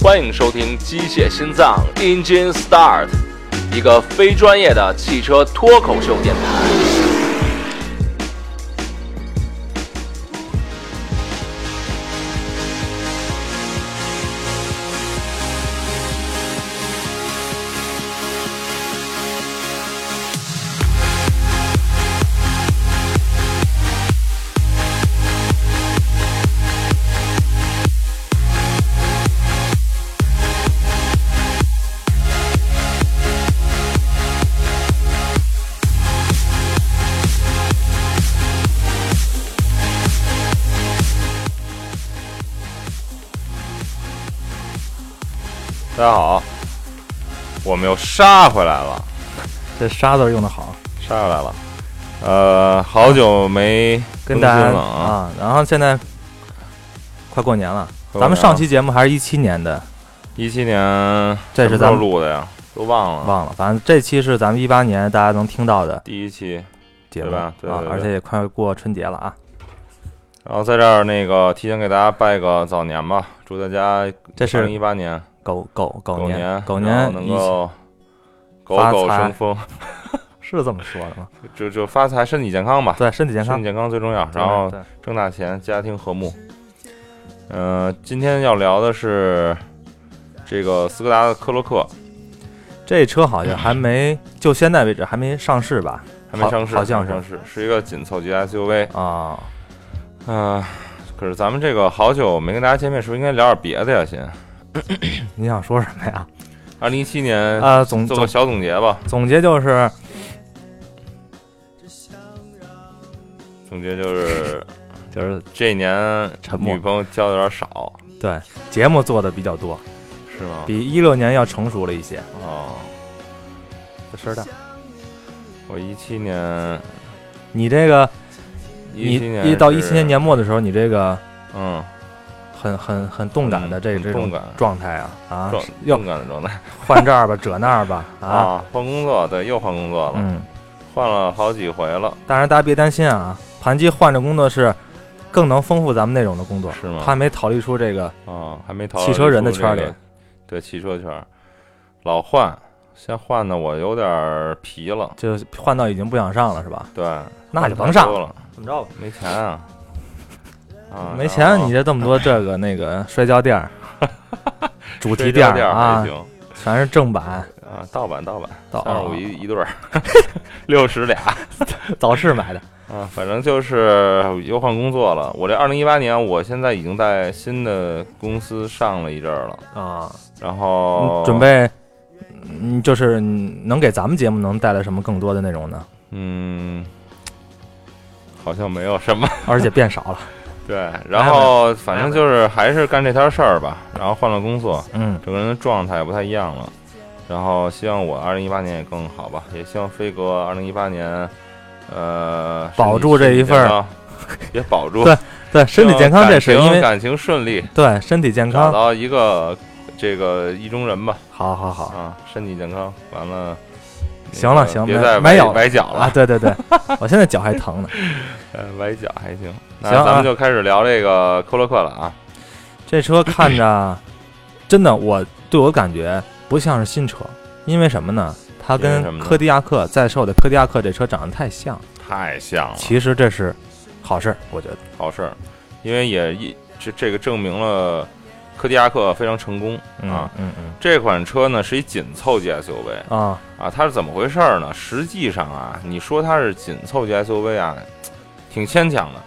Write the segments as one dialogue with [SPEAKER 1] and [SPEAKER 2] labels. [SPEAKER 1] 欢迎收听《机械心脏 Engine Start》，一个非专业的汽车脱口秀电台。
[SPEAKER 2] 大家好，我们又杀回来了，
[SPEAKER 3] 这“沙”字用的好，
[SPEAKER 2] 杀回来了。呃，好久没更
[SPEAKER 3] 跟大
[SPEAKER 2] 新
[SPEAKER 3] 家
[SPEAKER 2] 了啊，
[SPEAKER 3] 啊。然后现在快过年了，
[SPEAKER 2] 过年了
[SPEAKER 3] 咱们上期节目还是一七年的，
[SPEAKER 2] 啊一七年
[SPEAKER 3] 这
[SPEAKER 2] 什么
[SPEAKER 3] 是
[SPEAKER 2] 时
[SPEAKER 3] 咱
[SPEAKER 2] 候
[SPEAKER 3] 们
[SPEAKER 2] 录的呀？都忘了。
[SPEAKER 3] 忘了，反正这期是咱们一八年大家能听到的
[SPEAKER 2] 第一期，
[SPEAKER 3] 节目
[SPEAKER 2] 对吧对对
[SPEAKER 3] 啊
[SPEAKER 2] 对，
[SPEAKER 3] 而且也快过春节了啊，
[SPEAKER 2] 然后在这儿那个提前给大家拜个早年吧，祝大家
[SPEAKER 3] 这
[SPEAKER 2] 二零
[SPEAKER 3] 是
[SPEAKER 2] 一八年
[SPEAKER 3] 狗狗狗
[SPEAKER 2] 狗
[SPEAKER 3] 年狗
[SPEAKER 2] 然后
[SPEAKER 3] 年
[SPEAKER 2] 能
[SPEAKER 3] 一
[SPEAKER 2] 够狗
[SPEAKER 3] 发
[SPEAKER 2] 狗
[SPEAKER 3] 财
[SPEAKER 2] 生风，
[SPEAKER 3] 是这么说的吗？
[SPEAKER 2] 就就发财，身体健康吧，
[SPEAKER 3] 对，身体健
[SPEAKER 2] 身
[SPEAKER 3] 康
[SPEAKER 2] 体，健康最重要。然后
[SPEAKER 3] 对
[SPEAKER 2] 挣大钱，家庭和睦。嗯、今天要聊的是这个斯柯达的科洛克，
[SPEAKER 3] 这车好像还没，就现在为止还没上市吧？
[SPEAKER 2] 还没上市，
[SPEAKER 3] 好好像
[SPEAKER 2] 还没
[SPEAKER 3] 是
[SPEAKER 2] 上市，是一个紧凑级 SUV。
[SPEAKER 3] 啊，
[SPEAKER 2] 嗯、可是咱们这个好久没跟大家见面，是不是应该聊点别的呀？先，
[SPEAKER 3] 你想说什么呀？
[SPEAKER 2] 二零一七年
[SPEAKER 3] 啊，总
[SPEAKER 2] 做个
[SPEAKER 3] 总
[SPEAKER 2] 小总结吧。
[SPEAKER 3] 总结就是
[SPEAKER 2] 总结就是
[SPEAKER 3] 就是
[SPEAKER 2] 这一年
[SPEAKER 3] 沉默
[SPEAKER 2] 女朋友交的有点少，
[SPEAKER 3] 对节目做的比较多，
[SPEAKER 2] 是吗？
[SPEAKER 3] 比一六年要成熟了一些。
[SPEAKER 2] 哦，
[SPEAKER 3] 这声儿大。
[SPEAKER 2] 我一七年，
[SPEAKER 3] 你这个你
[SPEAKER 2] 一七年
[SPEAKER 3] 一到
[SPEAKER 2] 是
[SPEAKER 3] 一七年，年末的时候，你这个
[SPEAKER 2] 嗯，
[SPEAKER 3] 很很很动感的
[SPEAKER 2] 嗯
[SPEAKER 3] 这
[SPEAKER 2] 很
[SPEAKER 3] 这
[SPEAKER 2] 动
[SPEAKER 3] 种
[SPEAKER 2] 感
[SPEAKER 3] 状态啊啊
[SPEAKER 2] 状，
[SPEAKER 3] 要
[SPEAKER 2] 动感的状态
[SPEAKER 3] 换这儿吧， 折那儿吧啊，
[SPEAKER 2] 啊，换工作，对，又换工作了，
[SPEAKER 3] 嗯，
[SPEAKER 2] 换了好几回了，
[SPEAKER 3] 当然大家别担心啊，盘基换着工作是更能丰富咱们内容的工作，
[SPEAKER 2] 是吗
[SPEAKER 3] 他还没逃离出这个
[SPEAKER 2] 啊，还没逃
[SPEAKER 3] 汽车人的圈
[SPEAKER 2] 离出这
[SPEAKER 3] 里
[SPEAKER 2] 个，对，汽车圈儿老换，现在换的我有点儿皮了，
[SPEAKER 3] 就换到已经不想上了是吧？
[SPEAKER 2] 对，
[SPEAKER 3] 那就甭
[SPEAKER 2] 差
[SPEAKER 3] 上
[SPEAKER 2] 不多了，
[SPEAKER 3] 怎么着吧？
[SPEAKER 2] 没钱啊，啊，
[SPEAKER 3] 没
[SPEAKER 2] 然
[SPEAKER 3] 钱，
[SPEAKER 2] 后
[SPEAKER 3] 你这这么多这个那个摔 跤店儿、主题
[SPEAKER 2] 睡觉
[SPEAKER 3] 儿
[SPEAKER 2] 店儿
[SPEAKER 3] 啊哦
[SPEAKER 2] 还，行
[SPEAKER 3] 全是正版，
[SPEAKER 2] 啊，盗版盗版，
[SPEAKER 3] 早
[SPEAKER 2] 三十五一一对儿， 六十俩
[SPEAKER 3] 早市买的，
[SPEAKER 2] 啊，反正就是又换工作了。我这二零一八年，我现在已经在新的公司上了一阵儿了，
[SPEAKER 3] 啊，
[SPEAKER 2] 然后
[SPEAKER 3] 准备，嗯，就是嗯能给咱们节目能带来什么更多的内容呢？
[SPEAKER 2] 嗯，好像没有什么。
[SPEAKER 3] 而且变少 了，
[SPEAKER 2] 对，然后反正就是还是干这摊事儿吧，然后换了工作，
[SPEAKER 3] 嗯，
[SPEAKER 2] 整个人的状态也不太一样了。然后希望我二零一八年也更好吧，也希望飞哥二零一八年，呃，
[SPEAKER 3] 保住这一份儿
[SPEAKER 2] 身体健康，也保住。
[SPEAKER 3] 对对，身体健康这
[SPEAKER 2] 事
[SPEAKER 3] 是因为
[SPEAKER 2] 感情顺利，
[SPEAKER 3] 对身体健
[SPEAKER 2] 找
[SPEAKER 3] 康，
[SPEAKER 2] 到一个这个意中人吧，
[SPEAKER 3] 好好好，
[SPEAKER 2] 啊，身体健康，完了，那
[SPEAKER 3] 行了
[SPEAKER 2] 个
[SPEAKER 3] 行
[SPEAKER 2] 别
[SPEAKER 3] 没
[SPEAKER 2] 再
[SPEAKER 3] 没
[SPEAKER 2] 崴
[SPEAKER 3] 有了
[SPEAKER 2] 崴脚
[SPEAKER 3] 啊，
[SPEAKER 2] 了，
[SPEAKER 3] 对 对对，我现在脚还疼呢。
[SPEAKER 2] 呃，崴脚还行。那
[SPEAKER 3] 行啊
[SPEAKER 2] 咱们就开始聊这个科洛克了啊，
[SPEAKER 3] 这车看着，真的，我对我感觉不像是新车，因为什么呢？它
[SPEAKER 2] 因为什
[SPEAKER 3] 跟
[SPEAKER 2] 么呢哦
[SPEAKER 3] 科迪亚克在售的科迪亚克这车长得太像，
[SPEAKER 2] 太像了。
[SPEAKER 3] 其实这是好事儿，我觉得。
[SPEAKER 2] 好事儿，因为也一这这个证明了科迪亚克非常成功
[SPEAKER 3] 嗯
[SPEAKER 2] 啊。
[SPEAKER 3] 嗯嗯
[SPEAKER 2] 这款车呢是一紧凑级 SUV
[SPEAKER 3] 啊，
[SPEAKER 2] 啊，它是怎么回事儿呢？实际上啊，你说它是紧凑级 SUV 啊，挺牵强的，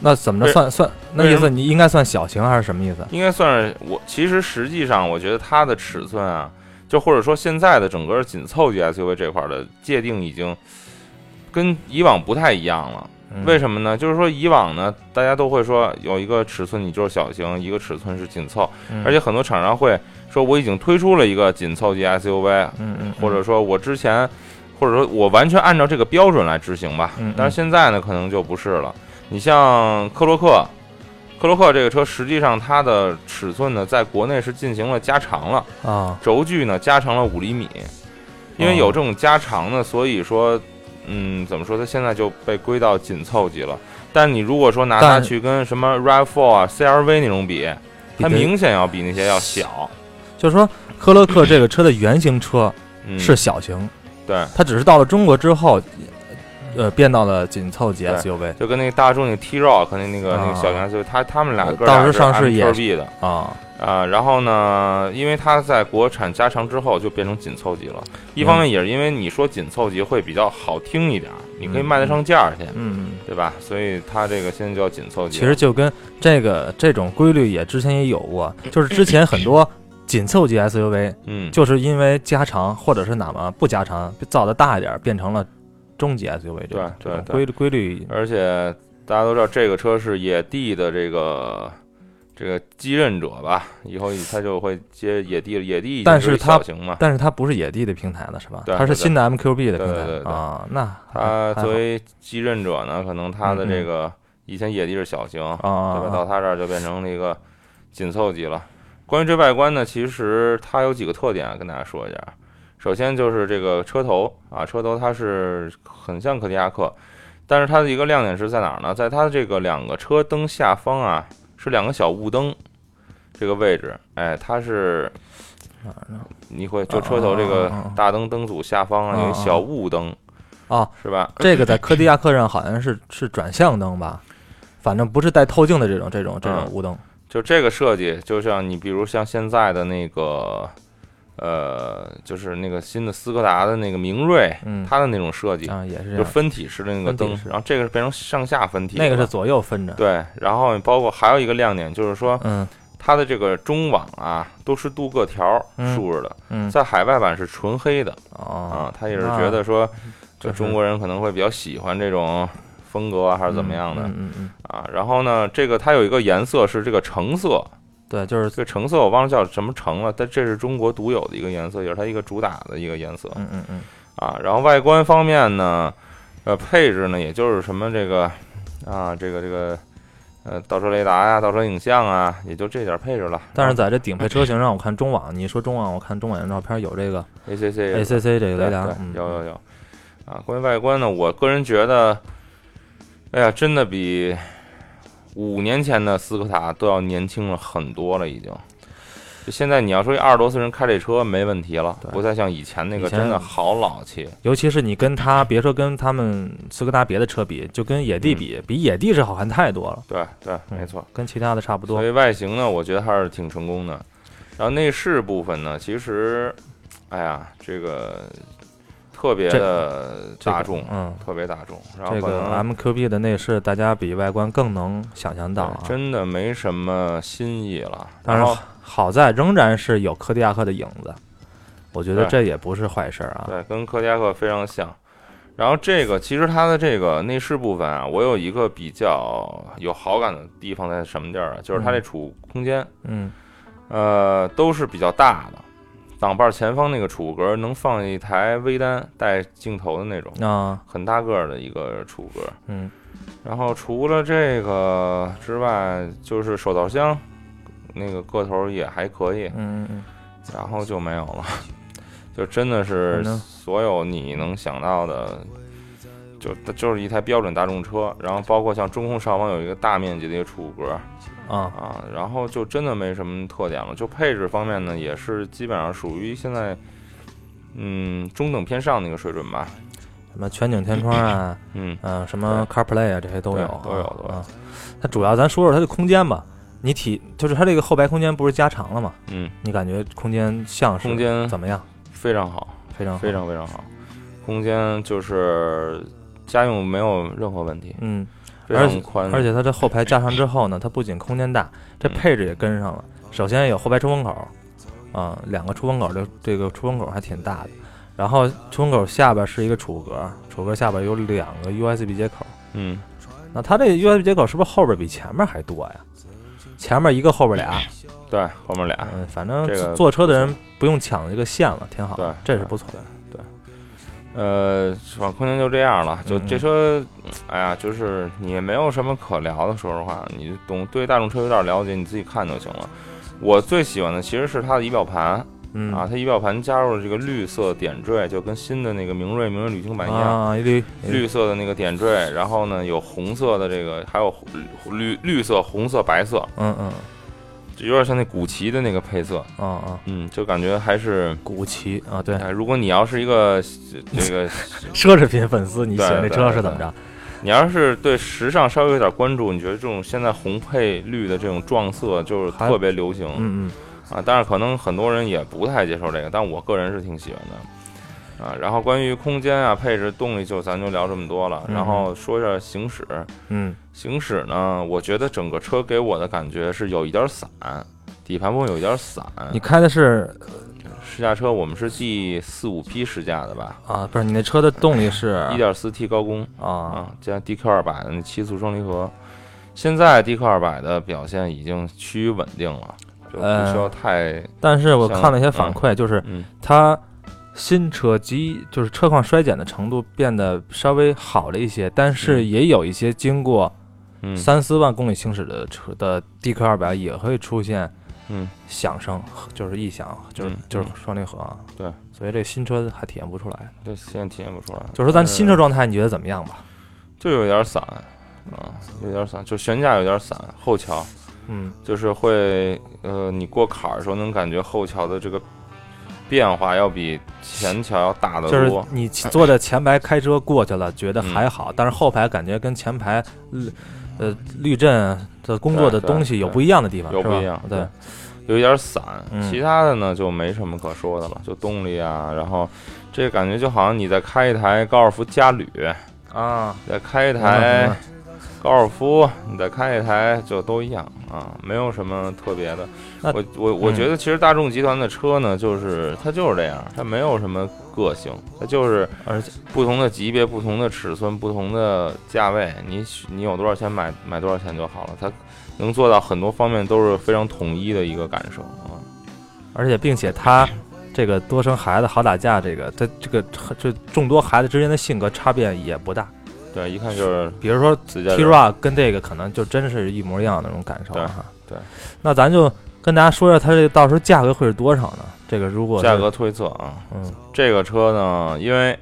[SPEAKER 3] 那怎么着
[SPEAKER 2] 为
[SPEAKER 3] 算算？那
[SPEAKER 2] 为
[SPEAKER 3] 意
[SPEAKER 2] 什么
[SPEAKER 3] 思你应该算小型还是什么意思？
[SPEAKER 2] 应该算是我。其实实际上，我觉得它的尺寸啊，就或者说现在的整个紧凑级 SUV 这块儿的界定已经跟以往不太一样了。为
[SPEAKER 3] 什
[SPEAKER 2] 什么呢？就是说以往呢，大家都会说有一个尺寸你就是小型，一个尺寸是紧凑。
[SPEAKER 3] 么
[SPEAKER 2] 而且很多厂商会说我已经推出了一个紧凑级 SUV，
[SPEAKER 3] 嗯嗯，
[SPEAKER 2] 或者说我之前，或者说我完全按照这个标准来执行吧
[SPEAKER 3] 嗯嗯。
[SPEAKER 2] 但是现在呢，可能就不是了。你像科洛克，科洛克这个车实际上它的尺寸呢，在国内是进行了加长了，
[SPEAKER 3] 啊
[SPEAKER 2] 轴距呢加长了五厘米，因为有
[SPEAKER 3] 哦
[SPEAKER 2] 这种加长呢，所以说，嗯，怎么说，它现在就被归到紧凑级了。但你如果说拿它
[SPEAKER 3] 但
[SPEAKER 2] 去跟什么 RAV4 啊、CRV 那种比，
[SPEAKER 3] 比
[SPEAKER 2] 它
[SPEAKER 3] 得
[SPEAKER 2] 明显要比那些要小。
[SPEAKER 3] 就是说科洛克这个车的 原型车
[SPEAKER 2] 嗯，
[SPEAKER 3] 是小型，
[SPEAKER 2] 对，
[SPEAKER 3] 它只是到了中国之后，呃，变到了紧凑级 SUV
[SPEAKER 2] 就跟那个大众那个 T Rock 那那个那个小型 SUV，它它们俩哥俩
[SPEAKER 3] 啊当时上市也
[SPEAKER 2] M 2 B 的
[SPEAKER 3] 啊。
[SPEAKER 2] 啊、然后呢，因为它在国产加长之后就变成紧凑级了，一方面也是因为你说紧凑级会比较好听一点，你可以卖得上价儿去，
[SPEAKER 3] 嗯，
[SPEAKER 2] 对吧？所以它这个现在叫紧凑级
[SPEAKER 3] 其
[SPEAKER 2] 了。
[SPEAKER 3] 实就跟这个这种规律也之前也有过，就是之前很多紧凑级 SUV
[SPEAKER 2] 嗯，
[SPEAKER 3] 就是因为加长或者是哪怕不加长，造的大一点，变成了中级 SUV 这种
[SPEAKER 2] 对对
[SPEAKER 3] 这种
[SPEAKER 2] 对
[SPEAKER 3] 规律规律，
[SPEAKER 2] 而且大家都知道这个车是野地的这个这个继任者吧，以后它就会接野地了。野地已经
[SPEAKER 3] 但是
[SPEAKER 2] 一
[SPEAKER 3] 它
[SPEAKER 2] 小型嘛，
[SPEAKER 3] 但是它不是野地的平台了是吧？
[SPEAKER 2] 对
[SPEAKER 3] 它是
[SPEAKER 2] 对对
[SPEAKER 3] 新的 MQB 的
[SPEAKER 2] 对
[SPEAKER 3] 平
[SPEAKER 2] 对对
[SPEAKER 3] 台
[SPEAKER 2] 对
[SPEAKER 3] 啊，那
[SPEAKER 2] 它
[SPEAKER 3] 还嗯
[SPEAKER 2] 作为继任者呢，可能它的这个以前野地是小型，
[SPEAKER 3] 还好啊
[SPEAKER 2] 对吧？
[SPEAKER 3] 啊
[SPEAKER 2] 到它这儿就变成了一个紧凑级了。关于这外观呢，其实它有几个特点啊，跟大家说一下。首先就是这个车头啊，车头它是很像柯迪亚克，但是它的一个亮点是在哪儿呢？在它这个两个车灯下方啊，是两个小雾灯这个位置，哎，它是
[SPEAKER 3] 哪儿呢
[SPEAKER 2] 你会就车头这个
[SPEAKER 3] 啊啊啊啊
[SPEAKER 2] 大灯灯组下方啊有一小雾灯
[SPEAKER 3] 啊，
[SPEAKER 2] 是吧？
[SPEAKER 3] 这个在柯迪亚克上好像是是转向灯吧，反正不是带透镜的这种这种这种
[SPEAKER 2] 嗯
[SPEAKER 3] 雾灯。
[SPEAKER 2] 就这个设计，就像你比如像现在的那个，呃，就是那个新的斯柯达的那个明锐，
[SPEAKER 3] 嗯，
[SPEAKER 2] 它的那种设计，
[SPEAKER 3] 啊也是这
[SPEAKER 2] 就
[SPEAKER 3] 样，
[SPEAKER 2] 分体式的那个
[SPEAKER 3] 分体
[SPEAKER 2] 灯，
[SPEAKER 3] 式
[SPEAKER 2] 然后这个是变成上下分体的
[SPEAKER 3] 那
[SPEAKER 2] 了，
[SPEAKER 3] 个是左右分着。
[SPEAKER 2] 对，然后包括还有一个亮点就是说，
[SPEAKER 3] 嗯
[SPEAKER 2] 它的这个中网啊都是镀铬条
[SPEAKER 3] 嗯
[SPEAKER 2] 竖着的，
[SPEAKER 3] 嗯
[SPEAKER 2] 在海外版是纯黑的
[SPEAKER 3] 哦
[SPEAKER 2] 啊，它也是
[SPEAKER 3] 那
[SPEAKER 2] 觉得说，
[SPEAKER 3] 就是
[SPEAKER 2] 中国人可能会比较喜欢这种风格啊，还是怎么样的
[SPEAKER 3] 嗯嗯嗯，
[SPEAKER 2] 啊。然后呢，这个它有一个颜色是这个橙色，
[SPEAKER 3] 嗯对，就是
[SPEAKER 2] 这个橙色我忘了叫什么橙了，但这是中国独有的一个颜色，也是它一个主打的一个颜色
[SPEAKER 3] 嗯嗯嗯
[SPEAKER 2] 啊。然后外观方面呢，呃，配置呢，也就是什么这个啊，这个这个呃，倒车雷达呀、倒车影像啊，也就这点配置了。啊
[SPEAKER 3] 但是在这顶配
[SPEAKER 2] 嗯
[SPEAKER 3] 车型上，我看中网，你说中网，我看中网的照片有这个
[SPEAKER 2] ACC
[SPEAKER 3] ACC 这个
[SPEAKER 2] 对
[SPEAKER 3] 雷达
[SPEAKER 2] 对，
[SPEAKER 3] 嗯
[SPEAKER 2] 有有有啊。关于外观呢，我个人觉得，哎呀，真的比五年前的斯柯达都要年轻了很多了，已经。就现在你要说一二十多岁人开这车没问题了，
[SPEAKER 3] 对
[SPEAKER 2] 不再像以前那个
[SPEAKER 3] 以前
[SPEAKER 2] 真的好老气。
[SPEAKER 3] 尤其是你跟它，别说跟他们斯柯达别的车比，就跟野
[SPEAKER 2] 嗯
[SPEAKER 3] 地比，比野地是好看太多了，
[SPEAKER 2] 对对，没
[SPEAKER 3] 嗯
[SPEAKER 2] 错。
[SPEAKER 3] 跟其他的差不多
[SPEAKER 2] 所。以外形呢，我觉得还是挺成功的。然后内饰部分呢，其实，哎呀，这个特别
[SPEAKER 3] 这
[SPEAKER 2] 的
[SPEAKER 3] 这个
[SPEAKER 2] 大众，
[SPEAKER 3] 嗯，
[SPEAKER 2] 特别大众。然后
[SPEAKER 3] 这
[SPEAKER 2] 可
[SPEAKER 3] 个
[SPEAKER 2] 能
[SPEAKER 3] MQB 的内饰，大家比外观更能想象到啊
[SPEAKER 2] 对。真的没什么新意了。
[SPEAKER 3] 当
[SPEAKER 2] 然
[SPEAKER 3] 然
[SPEAKER 2] 后，
[SPEAKER 3] 好在仍然是有柯迪亚克的影子，我觉得
[SPEAKER 2] 对
[SPEAKER 3] 这也不是坏事儿啊。
[SPEAKER 2] 对，跟柯迪亚克非常像。然后这个其实它的这个内饰部分啊，我有一个比较有好感的地方在什么地儿啊？就是它这储物空间，
[SPEAKER 3] 嗯
[SPEAKER 2] 呃，都是比较大的。挡把前方那个储物格能放一台微单带镜头的那种，
[SPEAKER 3] 啊
[SPEAKER 2] 很大个儿的一个储物格。
[SPEAKER 3] 嗯
[SPEAKER 2] 然后除了这个之外，就是手套箱，那个个头也还可以。
[SPEAKER 3] 嗯嗯
[SPEAKER 2] 然后就没有了， 就真的是
[SPEAKER 3] 反正
[SPEAKER 2] 所有你能想到的，就就是一台标准大众车，然后包括像中控上方有一个大面积的一个储物格
[SPEAKER 3] 嗯啊
[SPEAKER 2] 啊，然后就真的没什么特点了。就配置方面呢，也是基本上属于现在，嗯，中等偏上的一个水准吧。
[SPEAKER 3] 什么全景天窗啊，
[SPEAKER 2] 嗯，
[SPEAKER 3] 嗯、什么 CarPlay 啊，这些都有啊
[SPEAKER 2] 对都有都有
[SPEAKER 3] 啊。它主要咱说说它的空间吧，你体就是它这个后排空间不是加长了吗？
[SPEAKER 2] 嗯，
[SPEAKER 3] 你感觉空间像是嗯
[SPEAKER 2] 空间
[SPEAKER 3] 怎么样？
[SPEAKER 2] 非常好，
[SPEAKER 3] 非常好
[SPEAKER 2] 非常非常好，空间就是家用没有任何问题，
[SPEAKER 3] 嗯，
[SPEAKER 2] 非
[SPEAKER 3] 而
[SPEAKER 2] 常
[SPEAKER 3] 且
[SPEAKER 2] 宽，
[SPEAKER 3] 而且它这后排加长之后呢，它不仅空间大，这
[SPEAKER 2] 嗯
[SPEAKER 3] 配置也跟上了。首先有后排出风口，啊、两个出风口的这个出风口还挺大的。然后出风口下边是一个储物格，储物格下边有两个 USB 接口。
[SPEAKER 2] 嗯，
[SPEAKER 3] 那它这 USB 接口是不是后边比前面还多呀？前面一个，后边俩。
[SPEAKER 2] 对，后面俩。
[SPEAKER 3] 嗯，反正
[SPEAKER 2] 哎这个
[SPEAKER 3] 坐车的人不用抢这个线了，挺好
[SPEAKER 2] 对
[SPEAKER 3] 的，啊这是不错的。
[SPEAKER 2] 呃，反正空间就这样了。就
[SPEAKER 3] 嗯
[SPEAKER 2] 这车，哎呀，就是你也没有什么可聊的。说实话，你懂对大众车有点了解，你自己看就行了。我最喜欢的其实是它的仪表盘、
[SPEAKER 3] 嗯
[SPEAKER 2] 啊，它仪表盘加入了这个绿色点缀，就跟新的那个明锐、明锐旅行版一样，
[SPEAKER 3] 啊，一绿
[SPEAKER 2] 绿色的那个点缀，然后呢有红色的这个，还有红绿绿色、红色、白色，
[SPEAKER 3] 嗯嗯，
[SPEAKER 2] 就有点像那古奇的那个配色，
[SPEAKER 3] 啊啊，
[SPEAKER 2] 嗯，就感觉还是。
[SPEAKER 3] 古奇啊，对，
[SPEAKER 2] 哎，如果你要是一个这个，
[SPEAKER 3] 奢侈品粉丝，你喜欢这
[SPEAKER 2] 对
[SPEAKER 3] 车
[SPEAKER 2] 对
[SPEAKER 3] 是怎么着？
[SPEAKER 2] 你要是对时尚稍微有点关注，你觉得这种现在红配绿的这种撞色就是
[SPEAKER 3] 还
[SPEAKER 2] 特别流行，
[SPEAKER 3] 嗯嗯，
[SPEAKER 2] 啊，但是可能很多人也不太接受这个，但我个人是挺喜欢的。啊，然后关于空间啊、配置、动力就咱就聊这么多了，然后说一下行驶。
[SPEAKER 3] 嗯，
[SPEAKER 2] 行驶呢，我觉得整个车给我的感觉是有一点散，底盘部分有一点散。
[SPEAKER 3] 你开的是
[SPEAKER 2] 试驾车我们是第四五批试驾的吧，
[SPEAKER 3] 啊，不是你那车的动力是
[SPEAKER 2] 一点四 T 高功
[SPEAKER 3] 啊，
[SPEAKER 2] 啊，加 DQ 二百的那七速双离合。现在 DQ 二百的表现已经趋于稳定了，就
[SPEAKER 3] 呃
[SPEAKER 2] 不需要太
[SPEAKER 3] 但是我
[SPEAKER 2] 像
[SPEAKER 3] 看了一些反馈，就是
[SPEAKER 2] 嗯
[SPEAKER 3] 它新车机就是车况衰减的程度变得稍微好了一些，但是
[SPEAKER 2] 嗯
[SPEAKER 3] 也有一些经过
[SPEAKER 2] 嗯
[SPEAKER 3] 三四万公里行驶的车的 DQ 二百也会出现
[SPEAKER 2] 嗯
[SPEAKER 3] 响声，就是异响，就是
[SPEAKER 2] 嗯
[SPEAKER 3] 就是
[SPEAKER 2] 嗯
[SPEAKER 3] 双离合。啊
[SPEAKER 2] 对，
[SPEAKER 3] 所以这新车还体验不出来。
[SPEAKER 2] 这现在体验不出来。
[SPEAKER 3] 就是说咱
[SPEAKER 2] 但
[SPEAKER 3] 新车状态你觉得怎么样吧？
[SPEAKER 2] 就有点散，啊，有点散，就悬架有点散，后桥
[SPEAKER 3] 嗯
[SPEAKER 2] 就是会，呃，你过坎儿的时候能感觉后桥的这个变化要比前桥要大得
[SPEAKER 3] 就是
[SPEAKER 2] 多，
[SPEAKER 3] 你坐在前排开车过去了，觉得
[SPEAKER 2] 嗯
[SPEAKER 3] 还好，但是后排感觉跟前排，呃，滤震的工作
[SPEAKER 2] 对
[SPEAKER 3] 的
[SPEAKER 2] 对
[SPEAKER 3] 东西有
[SPEAKER 2] 对
[SPEAKER 3] 不一样的地方，
[SPEAKER 2] 有
[SPEAKER 3] 是
[SPEAKER 2] 不
[SPEAKER 3] 吧
[SPEAKER 2] 一样，
[SPEAKER 3] 对，，
[SPEAKER 2] 有一点散，
[SPEAKER 3] 嗯
[SPEAKER 2] 其他的呢就没什么可说的了，就动力啊，然后这感觉就好像你在开一台高尔夫嘉旅，
[SPEAKER 3] 啊，
[SPEAKER 2] 再开一
[SPEAKER 3] 明白明
[SPEAKER 2] 台
[SPEAKER 3] 白
[SPEAKER 2] 高尔夫，你再开一台就都一样啊，没有什么特别的。
[SPEAKER 3] 那
[SPEAKER 2] 我我我
[SPEAKER 3] 嗯
[SPEAKER 2] 觉得其实大众集团的车呢，就是它就是这样，它没有什么个性，它就是
[SPEAKER 3] 而且
[SPEAKER 2] 不同的级别、不同的尺寸、不同的价位，你需你有多少钱买买多少钱就好了，它能做到很多方面都是非常统一的一个感受啊。
[SPEAKER 3] 而且并且他这个多生孩子好打架，这个他这个这众多孩子之间的性格差别也不大。
[SPEAKER 2] 对，一看就是
[SPEAKER 3] 比如说
[SPEAKER 2] 自家
[SPEAKER 3] T
[SPEAKER 2] 人。
[SPEAKER 3] Rock 跟这个可能就真是一模一样的那种感受
[SPEAKER 2] 对
[SPEAKER 3] 啊哈。
[SPEAKER 2] 对，
[SPEAKER 3] 那咱就跟大家说一下，它这到时候价格会是多少呢？这个如果是
[SPEAKER 2] 价格推测啊，
[SPEAKER 3] 嗯
[SPEAKER 2] 这个车呢，因为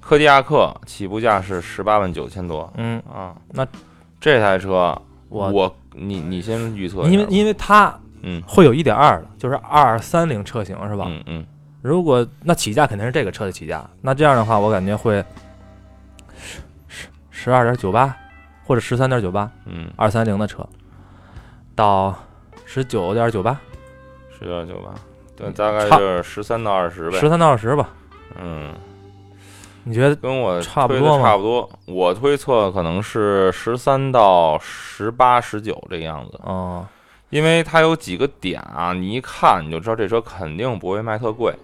[SPEAKER 2] 柯迪亚克起步价是十八万九千多，
[SPEAKER 3] 嗯，
[SPEAKER 2] 啊，
[SPEAKER 3] 那
[SPEAKER 2] 这台车
[SPEAKER 3] 我
[SPEAKER 2] 你你先预测一下吧，
[SPEAKER 3] 因为因为它
[SPEAKER 2] 嗯
[SPEAKER 3] 会有一点二的，就是二三零车型是吧？
[SPEAKER 2] 嗯嗯
[SPEAKER 3] 如果那起价肯定是这个车的起价，那这样的话我感觉会十十十二点九八或者十三点九八
[SPEAKER 2] 嗯，
[SPEAKER 3] 二三零的车到十九点九八
[SPEAKER 2] 十点九八，对，
[SPEAKER 3] 嗯
[SPEAKER 2] 大概
[SPEAKER 3] 差
[SPEAKER 2] 就是十三到二十呗
[SPEAKER 3] 十，三到二十吧，
[SPEAKER 2] 嗯，
[SPEAKER 3] 你觉得？
[SPEAKER 2] 跟我
[SPEAKER 3] 差不
[SPEAKER 2] 推
[SPEAKER 3] 多
[SPEAKER 2] 的
[SPEAKER 3] 嘛
[SPEAKER 2] 差不多，我推测可能是十三到十八、十九这个样子，
[SPEAKER 3] 哦，
[SPEAKER 2] 因为它有几个点啊，你一看你就知道这车肯定不会卖特贵，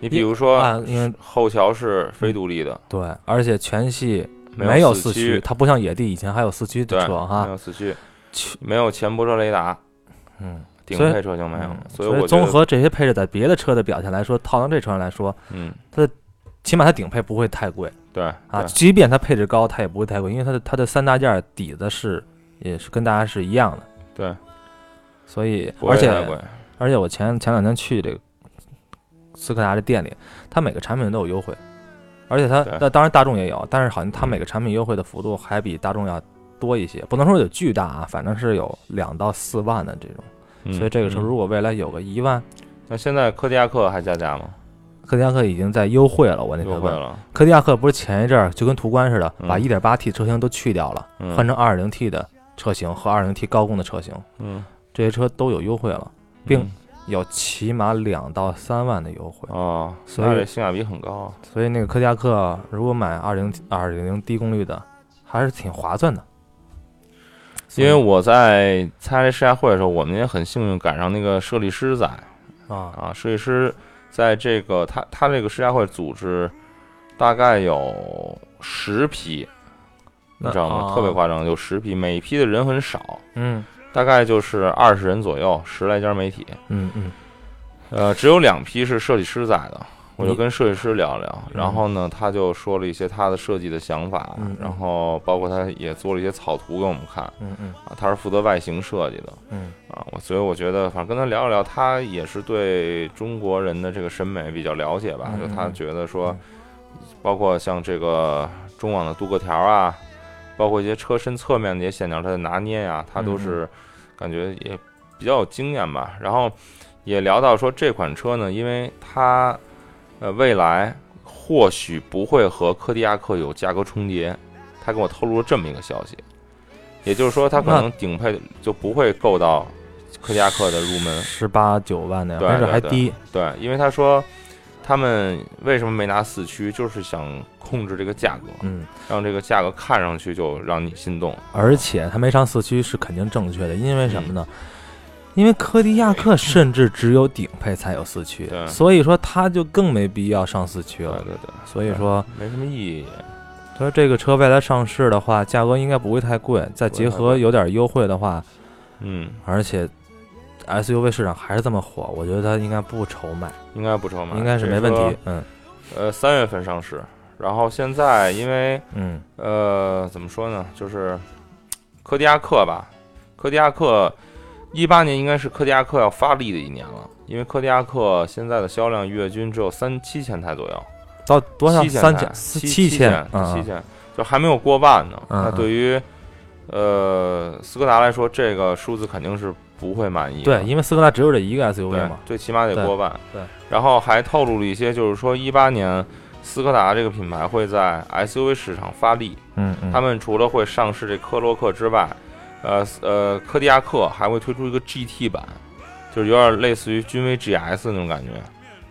[SPEAKER 2] 你比如说
[SPEAKER 3] 啊，因为
[SPEAKER 2] 后桥是非独立的，
[SPEAKER 3] 对，而且全系
[SPEAKER 2] 没有
[SPEAKER 3] 四驱，
[SPEAKER 2] 驱，
[SPEAKER 3] 它不像野地以前还有四驱
[SPEAKER 2] 对，
[SPEAKER 3] 的车
[SPEAKER 2] 没
[SPEAKER 3] 哈。
[SPEAKER 2] 有四驱，
[SPEAKER 3] 去
[SPEAKER 2] 没有前泊车雷达，
[SPEAKER 3] 嗯，
[SPEAKER 2] 顶
[SPEAKER 3] 所以
[SPEAKER 2] 配车型没有
[SPEAKER 3] 嗯，
[SPEAKER 2] 以我觉
[SPEAKER 3] 综
[SPEAKER 2] 得，
[SPEAKER 3] 合这些配置，在别的车的表现来说，套到这车上来说，
[SPEAKER 2] 嗯，
[SPEAKER 3] 起码它顶配不会太贵
[SPEAKER 2] 对
[SPEAKER 3] 啊，
[SPEAKER 2] 对
[SPEAKER 3] 即便它配置高，它也不会太贵，因为它的它的三大件儿底子是也是跟大家是一样的，
[SPEAKER 2] 对，
[SPEAKER 3] 所以
[SPEAKER 2] 不会
[SPEAKER 3] 而且
[SPEAKER 2] 太贵，
[SPEAKER 3] 而且我前前两天去这个斯柯达的店里，它每个产品都有优惠，而且它
[SPEAKER 2] 对
[SPEAKER 3] 那当然大众也有，但是好像它每个产品优惠的幅度还比大众要多一些，不能说有巨大啊，反正是有两到四万的这种。
[SPEAKER 2] 嗯
[SPEAKER 3] 所以这个车
[SPEAKER 2] 嗯
[SPEAKER 3] 如果未来有个一万，
[SPEAKER 2] 那现在柯迪亚克还加价吗？
[SPEAKER 3] 柯迪亚克已经在优惠了。我那天
[SPEAKER 2] 优惠
[SPEAKER 3] 问，
[SPEAKER 2] 了，
[SPEAKER 3] 柯迪亚克不是前一阵儿就跟途观似的，
[SPEAKER 2] 嗯
[SPEAKER 3] 把 1.8T 车型都去掉了，
[SPEAKER 2] 嗯
[SPEAKER 3] 换成 2.0T 的车型和 2.0T 高功的车型，
[SPEAKER 2] 嗯，
[SPEAKER 3] 这些车都有优惠了，并
[SPEAKER 2] 嗯
[SPEAKER 3] 有起码两到三万的优惠。
[SPEAKER 2] 哦，
[SPEAKER 3] 所以
[SPEAKER 2] 那这性价比很高啊，
[SPEAKER 3] 所以那个柯迪亚克如果买2.0 2.0低功率的，还是挺划算的。
[SPEAKER 2] 因为我在参加这试驾会的时候，我们也很幸运赶上那个设计师在
[SPEAKER 3] 啊，
[SPEAKER 2] 啊，设计师在这个他他这个试驾会组织大概有十批，你
[SPEAKER 3] 那
[SPEAKER 2] 知道吗？
[SPEAKER 3] 啊
[SPEAKER 2] 特别夸张，有十批，每一批的人很少，
[SPEAKER 3] 嗯
[SPEAKER 2] 大概就是二十人左右，十来家媒体，
[SPEAKER 3] 嗯嗯，
[SPEAKER 2] 呃，只有两批是设计师在的，我就
[SPEAKER 3] 你
[SPEAKER 2] 跟设计师聊聊，
[SPEAKER 3] 嗯
[SPEAKER 2] 然后呢，他就说了一些他的设计的想法
[SPEAKER 3] 嗯嗯，
[SPEAKER 2] 然后包括他也做了一些草图给我们看
[SPEAKER 3] 嗯嗯
[SPEAKER 2] 啊，他是负责外形设计的
[SPEAKER 3] 嗯
[SPEAKER 2] 啊，我所以我觉得反正跟他聊一聊，他也是对中国人的这个审美比较了解吧，
[SPEAKER 3] 嗯
[SPEAKER 2] 就
[SPEAKER 3] 嗯
[SPEAKER 2] 他觉得说
[SPEAKER 3] 嗯，
[SPEAKER 2] 包括像这个中网的镀铬条啊，
[SPEAKER 3] 嗯
[SPEAKER 2] 包括一些车身侧面的一些线条，它的拿捏呀、他都是感觉也。比较有经验吧。然后也聊到说这款车呢，因为它呃未来或许不会和柯迪亚克有价格重叠，他跟我透露了这么一个消息，也就是说它可能顶配就不会够到柯迪亚克的入门。
[SPEAKER 3] 十八九万的，
[SPEAKER 2] 对
[SPEAKER 3] 没准还
[SPEAKER 2] 对
[SPEAKER 3] 低。
[SPEAKER 2] 对，因为他说他们为什么没拿四驱，就是想控制这个价格，
[SPEAKER 3] 嗯，
[SPEAKER 2] 让这个价格看上去就让你心动。
[SPEAKER 3] 而且它没上四驱是肯定正确的，因为什么呢？因为柯迪亚克甚至只有顶配才有四驱，
[SPEAKER 2] 对
[SPEAKER 3] 所以说它就更没必要上四驱
[SPEAKER 2] 对
[SPEAKER 3] 了。
[SPEAKER 2] 对对，
[SPEAKER 3] 所以说，
[SPEAKER 2] 没什么意义。
[SPEAKER 3] 他说这个车未来上市的话，价格应该不会太贵，再结
[SPEAKER 2] 不会太
[SPEAKER 3] 合
[SPEAKER 2] 贵
[SPEAKER 3] 有点优惠的话，
[SPEAKER 2] 嗯，
[SPEAKER 3] 而且 SUV 市场还是这么火，我觉得它应该不愁卖，
[SPEAKER 2] 应该不愁买，
[SPEAKER 3] 应该是没问题。。嗯
[SPEAKER 2] 呃，三月份上市，然后现在因为
[SPEAKER 3] 嗯，
[SPEAKER 2] 呃怎么说呢，就是柯迪亚克吧，柯迪亚克一八年应该是柯迪亚克要发力的一年了，因为柯迪亚克现在的销量月均只有三七千台左右。
[SPEAKER 3] 到多少
[SPEAKER 2] 七
[SPEAKER 3] 三
[SPEAKER 2] 千台
[SPEAKER 3] 千
[SPEAKER 2] 七
[SPEAKER 3] 千
[SPEAKER 2] 千
[SPEAKER 3] 啊
[SPEAKER 2] 七，千，就还没有过万呢。
[SPEAKER 3] 嗯
[SPEAKER 2] 那
[SPEAKER 3] 嗯
[SPEAKER 2] 对于呃斯柯达来说，这个数字肯定是不会满意的。
[SPEAKER 3] 对，因为斯柯达只有这一个
[SPEAKER 2] 对
[SPEAKER 3] SUV 嘛，，
[SPEAKER 2] 最起码得
[SPEAKER 3] 对
[SPEAKER 2] 过万。
[SPEAKER 3] 对
[SPEAKER 2] 然后还透露了一些，就是说一八年斯柯达这个品牌会在 SUV 市场发力，
[SPEAKER 3] 嗯嗯，
[SPEAKER 2] 他们除了会上市这科洛克之外，呃呃，柯迪亚克还会推出一个 GT 版，就是有点类似于君威 GS 那种感觉，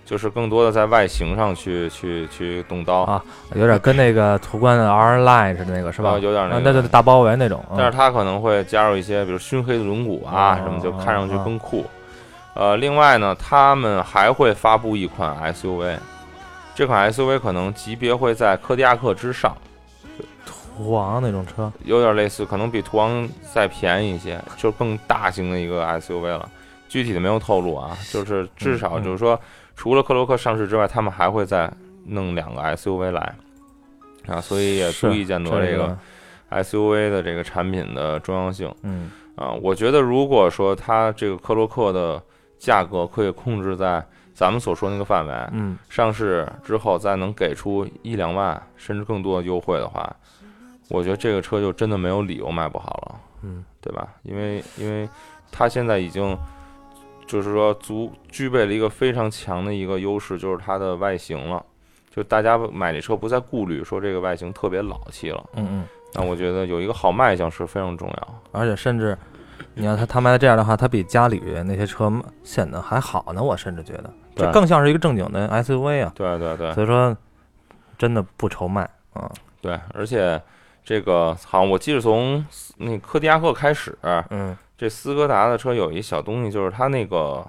[SPEAKER 2] 就是更多的在外形上去去去动刀。
[SPEAKER 3] 啊有点跟那个途观的 R Line 似的那个是吧？
[SPEAKER 2] 啊有点那个
[SPEAKER 3] 啊那对大包围那种，嗯
[SPEAKER 2] 但是它可能会加入一些，比如熏黑的轮毂啊
[SPEAKER 3] 哦
[SPEAKER 2] 什么，就看上去更酷。呃，另外呢，他们还会发布一款 SUV，这款 SUV 可能级别会在柯迪亚克之上，
[SPEAKER 3] 途昂那种车，
[SPEAKER 2] 有点类似，可能比途昂再便宜一些，就更大型的一个 SUV 了。具体的没有透露啊，就是至少
[SPEAKER 3] 嗯嗯
[SPEAKER 2] 就是说，除了克罗克上市之外，他们还会再弄两个 SUV 来啊，所以也
[SPEAKER 3] 是
[SPEAKER 2] 注意见得
[SPEAKER 3] 这
[SPEAKER 2] 这个 SUV 的这个产品的重要性。
[SPEAKER 3] 嗯，
[SPEAKER 2] 啊，我觉得如果说它这个克洛克的价格可以控制在咱们所说那个范围，
[SPEAKER 3] 嗯，
[SPEAKER 2] 上市之后再能给出一两万甚至更多的优惠的话，我觉得这个车就真的没有理由卖不好了，
[SPEAKER 3] 嗯，
[SPEAKER 2] 对吧？因为因为它现在已经就是说足具备了一个非常强的一个优势，就是它的外形了。就大家买这车不再顾虑说这个外形特别老气了，
[SPEAKER 3] 嗯嗯，
[SPEAKER 2] 那我觉得有一个好卖相是非常重要。
[SPEAKER 3] 而且甚至你要他他卖的这样的话，他比家里那些车显得还好呢，我甚至觉得
[SPEAKER 2] 对
[SPEAKER 3] 这更像是一个正经的 SUV 啊，
[SPEAKER 2] 对对对，
[SPEAKER 3] 所以说真的不愁卖啊，
[SPEAKER 2] 对，而且这个好像我记得从斯那柯迪亚克开始，
[SPEAKER 3] 嗯
[SPEAKER 2] 这斯柯达的车有一小东西，就是它那个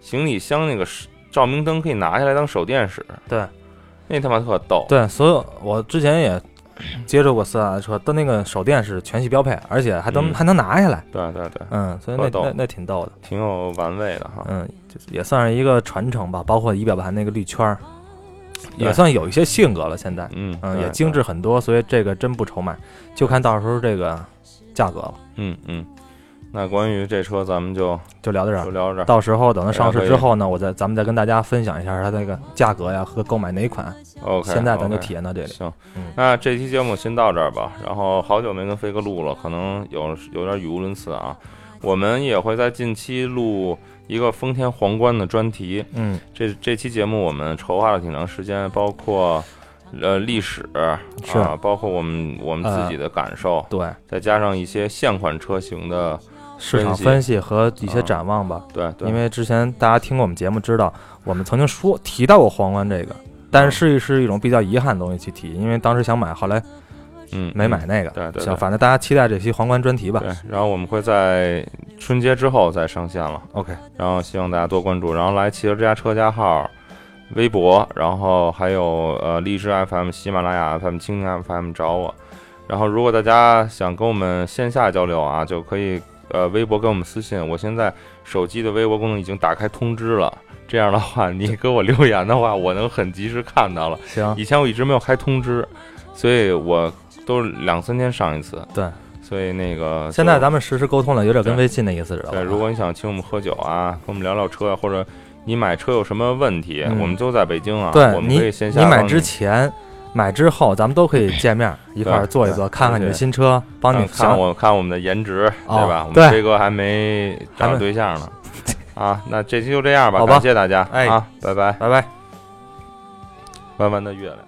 [SPEAKER 2] 行李箱那个是照明灯可以拿下来当手电使。
[SPEAKER 3] 对，
[SPEAKER 2] 那他妈特逗。
[SPEAKER 3] 对，所有我之前也。接触过斯柯达的车，但那个手电是全系标配，而且还能、
[SPEAKER 2] 嗯
[SPEAKER 3] 还能拿下来，
[SPEAKER 2] 对对对，
[SPEAKER 3] 嗯，所以
[SPEAKER 2] 特
[SPEAKER 3] 那
[SPEAKER 2] 逗啊
[SPEAKER 3] 那那挺逗的，
[SPEAKER 2] 挺有玩味的哈。
[SPEAKER 3] 嗯，就也算是一个传承吧，包括仪表盘那个绿圈儿，
[SPEAKER 2] 对
[SPEAKER 3] 也算有一些性格了。现在，
[SPEAKER 2] 嗯
[SPEAKER 3] 嗯，
[SPEAKER 2] 对
[SPEAKER 3] 也精致很多，所以这个真不愁卖，就看到时候这个价格了。
[SPEAKER 2] 对嗯嗯。那关于这车，咱们就
[SPEAKER 3] 就聊到这
[SPEAKER 2] 就
[SPEAKER 3] 儿，
[SPEAKER 2] 聊到这儿。
[SPEAKER 3] 啊到时候等它上市
[SPEAKER 2] 哎
[SPEAKER 3] 之后呢，我再咱们再跟大家分享一下它那个价格呀和购买哪款。
[SPEAKER 2] OK，
[SPEAKER 3] 现在咱就
[SPEAKER 2] OK
[SPEAKER 3] 体验到这里，
[SPEAKER 2] 行
[SPEAKER 3] 嗯，
[SPEAKER 2] 那这期节目先到这儿吧。然后好久没跟飞哥录了，可能有有点语无伦次啊。我们也会在近期录一个丰田皇冠的专题。
[SPEAKER 3] 嗯，
[SPEAKER 2] 这这期节目我们筹划了挺长时间，包括呃历史
[SPEAKER 3] 是呃
[SPEAKER 2] 啊，包括我们我们自己的感受，
[SPEAKER 3] 对，
[SPEAKER 2] 再加上一些现款车型的
[SPEAKER 3] 市场
[SPEAKER 2] 析
[SPEAKER 3] 分析和一些
[SPEAKER 2] 啊
[SPEAKER 3] 展望吧。
[SPEAKER 2] 对对，
[SPEAKER 3] 因为嗯之前大家听过我们节目，知道我们曾经说提到过皇冠这个，但是是一种比较遗憾的东西去提，因为当时想买，后来
[SPEAKER 2] 嗯
[SPEAKER 3] 没买那个。
[SPEAKER 2] 对对
[SPEAKER 3] 行，
[SPEAKER 2] 对
[SPEAKER 3] 反正大家期待这期皇冠专题吧
[SPEAKER 2] 对。，然后我们会在春节之后再上线了。
[SPEAKER 3] OK，
[SPEAKER 2] 然后希望大家多关注，然后来汽车之家车家号、微博，然后还有呃荔枝 FM、喜马拉雅 FM、蜻蜓 FM 找我。然后如果大家想跟我们线下交流啊，就可以呃微博跟我们私信。我现在手机的微博功能已经打开通知了，这样的话你给我留言的话，我能很及时看到了。
[SPEAKER 3] 行，
[SPEAKER 2] 以前我一直没有开通知，所以我都是两三天上一次。
[SPEAKER 3] 对，
[SPEAKER 2] 所以那个
[SPEAKER 3] 现在
[SPEAKER 2] 就
[SPEAKER 3] 咱啊们实时沟通了，有点跟微信的意思，知道吧
[SPEAKER 2] 对，？如果你想请我们喝酒啊，跟我们聊聊车啊，或者你买车有什么问题，
[SPEAKER 3] 嗯
[SPEAKER 2] 我们都在北京啊，
[SPEAKER 3] 对
[SPEAKER 2] 我们
[SPEAKER 3] 你
[SPEAKER 2] 可以线下
[SPEAKER 3] 你买
[SPEAKER 2] 帮
[SPEAKER 3] 之前，买之后咱们都可以见 面儿一块儿坐一坐，看看你的新车，帮你
[SPEAKER 2] 啊嗯看看
[SPEAKER 3] 想
[SPEAKER 2] 我看我们的颜值，
[SPEAKER 3] 哦
[SPEAKER 2] 对吧？我
[SPEAKER 3] 对
[SPEAKER 2] 们飞哥还没
[SPEAKER 3] 还
[SPEAKER 2] 找
[SPEAKER 3] 没
[SPEAKER 2] 对象呢。啊，那这期就这样吧，
[SPEAKER 3] 好吧
[SPEAKER 2] 感谢大家，
[SPEAKER 3] 哎
[SPEAKER 2] 啊，拜拜，
[SPEAKER 3] 拜拜。
[SPEAKER 2] 弯弯的月亮。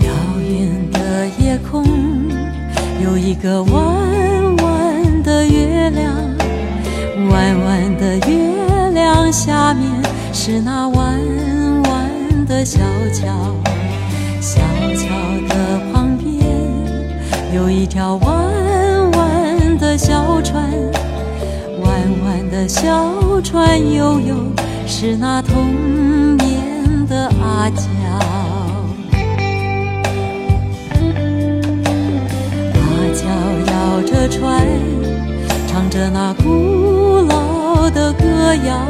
[SPEAKER 4] 遥远的夜空有一个弯弯的月亮，弯弯的月亮下面是那弯弯的小桥，小桥的旁边有一条弯弯的小船，弯弯的小船悠悠是那童年的阿娇。阿娇摇着船，唱着那古老的歌谣，